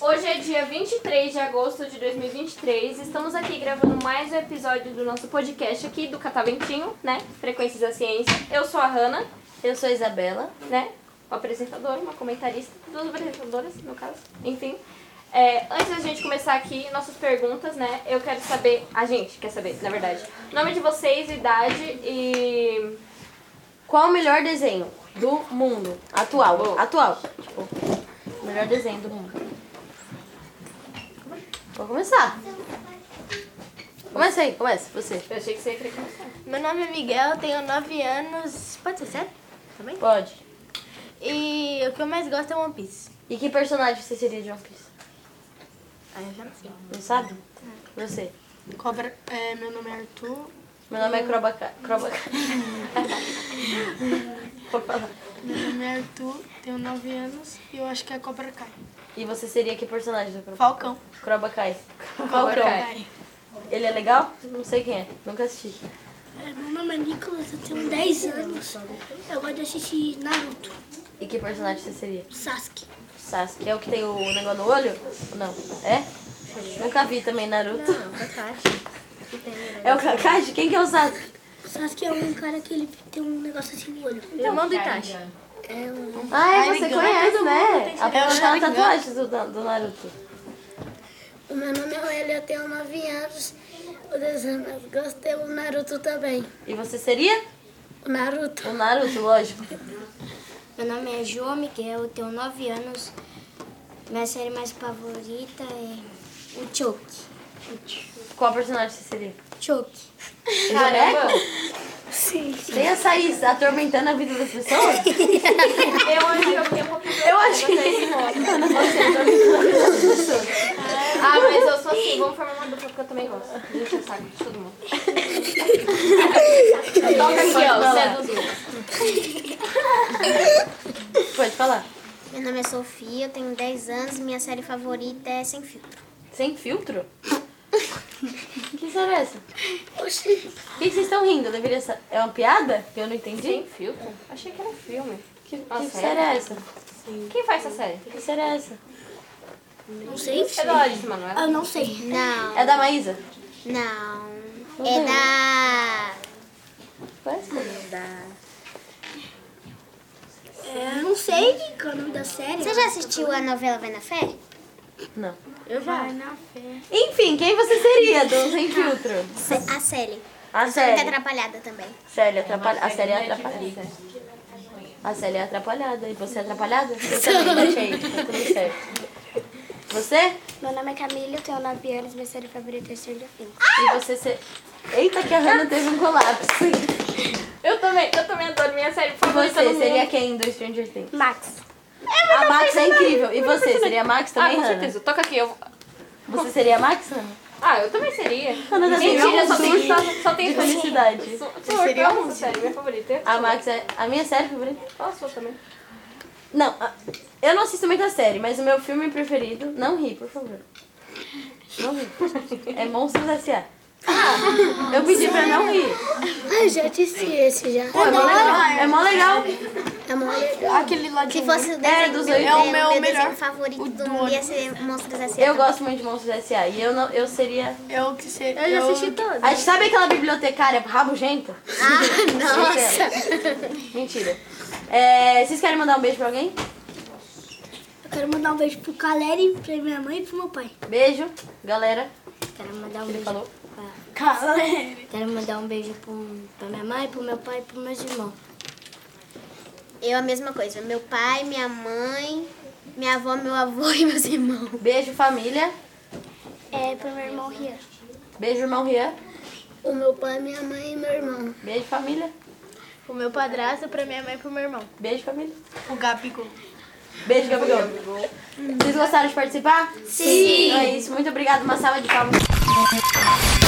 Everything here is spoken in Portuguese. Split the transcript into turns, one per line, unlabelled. Hoje é dia 23 de agosto de 2023. Estamos aqui gravando mais um episódio do nosso podcast aqui do Cataventinho, né? Frequências da Ciência. Eu sou a Hanna,
Eu sou a Isabela.
né? Uma apresentadora, uma comentarista, duas apresentadoras, no caso. Enfim. É, antes da gente começar aqui, nossas perguntas, né? Eu quero saber, a gente quer saber, na verdade, nome de vocês, idade e.
Qual o melhor desenho do mundo? Atual. Atual. Tipo, o melhor desenho do mundo. Vou começar. Começa aí, começa, você.
Eu achei que você ia querer começar.
Meu nome é Miguel, tenho 9 anos. Pode ser sério? Também?
Pode.
E o que eu mais gosto é One Piece.
E que personagem você seria de One Piece?
Ah, eu já não sei.
Não sabe? Você.
Cobra, é, meu nome é Arthur.
Meu nome é Crobaca. Crobaca. Pode falar.
Meu nome é Arthur, tenho 9 anos e eu acho que é Cobra Kai.
E você seria que personagem do Crobaca?
Falcão.
Crobacai.
Cobra
Kai.
Kai.
Ele é legal? Não sei quem é. Nunca assisti.
Meu nome é Nicolas, eu tenho 10 anos. Eu gosto de assistir Naruto,
E que personagem você seria?
Sasuke.
Sasuke é o que tem o negócio no olho? Ou Não. É? Nunca vi também Naruto. É o Kakashi? Quem que é o Sasuke?
O Sasuke é um cara que ele tem um negócio assim no olho.
Tá
Irmão do Itachi.
É um...
Ah, é, você conhece, né? A primeira tatuagem do, do Naruto.
O meu nome é Welly, eu tenho 9 anos. O desenho mais gosto é o Naruto também.
E você seria?
O Naruto.
O Naruto, lógico.
Meu nome é João Miguel, eu tenho 9 anos. Minha série mais favorita é o Choke.
Qual personagem você seria?
Choke.
Caramba!
Sim.
Tem a Saís atormentando a vida das pessoas?
Eu acho que eu, um eu vou pedir
Eu acho que...
vocês nome. Você atormentando a vida das pessoas. Ah, mas eu sou assim, vamos formar uma dupla porque eu também gosto. Deixa o saco de todo mundo. Toca aqui, ó, você é dos dois.
Pode falar.
Meu nome é Sofia, eu tenho 10 anos. Minha série favorita é Sem Filtro.
Sem filtro? Que história é essa? Por
Oxi.
que que vocês estão rindo? Deveria sa- É uma piada? Que eu não entendi?
Tem filtro? Achei que era filme.
Que, que
Nossa,
série é essa?
Quem faz essa série?
Que série é essa?
Não sei.
É da Larissa Manoela.
Eu não sei.
Não,
É da Maísa?
não. É da.
Parece
Eu não sei qual é o nome da série.
Você já assistiu a novela Vai na Fé?
Não.
Eu já.
Enfim, quem você seria do Sem Filtro?
A série.
A
Muito
Célia.
atrapalhada também.
Célia atrapalha... A Célia é atrapalhada. A Célia é atrapalhada. E você é atrapalhada? Eu também achei. Tá tudo certo. Você?
Meu nome é Camila, eu tenho 9 anos. Minha série favorita é Stranger Things.
E você ser... Eita, que a Hannah teve um colapso.
Eu também, eu também adoro minha série
E
favorita do
você
mundo.
seria quem do Stranger Things?
Max.
A Max é incrível. E você? Seria a Max
Ah,
também, né?
com
Hannah?
certeza. Toca aqui. Eu...
Você seria a Max, Hannah?
Ah, eu também seria.
Hannah tá
Mentira, assim. só tem,
surto
só, só tem
de felicidade. um
Sur, seria a série, minha favorita.
A Max é a minha série favorita.
Ah, sua também.
Não, a- eu não assisto muita série, mas o meu filme preferido. Não ri, por favor. Não ri. É Monstros S.A. Eu pedi pra não rir.
Ah, eu já assisti esse já.
Pô, é mó legal. É mó legal.
É mó legal.
Aquele lá de
Se fosse o
É,
desenho,
dos
meu,
oito.
É o
é,
meu
meu
melhor.
desenho favorito do mundo ia ser Monstros S.A.
Eu gosto muito de Monstros S.A. E eu, não, eu seria.
eu que sei.
Eu já assisti todas.
A gente sabe aquela bibliotecária rabugenta?
Ah, Nossa.
Mentira. É, vocês querem mandar um beijo pra alguém?
Eu quero mandar um beijo pro Caleri, pra minha mãe e pro meu pai.
Beijo, galera.
Quero mandar um
Ele
beijo.
falou.
Quero mandar um beijo pro, pra minha mãe, pro meu pai e pro meus irmãos. Eu a mesma coisa. Meu pai, minha mãe, minha avó, meu avô e meus irmãos.
Beijo, família.
É, pro meu irmão Rian.
Beijo, irmão Rian.
O meu pai, minha mãe e meu irmão.
Beijo, família.
O meu padrasto, pra minha mãe e pro meu irmão.
Beijo, família.
O Gabigol.
Beijo, Gabigol. Vocês gostaram de participar? Sim! Então é isso. Muito obrigada. Uma salva de palmas.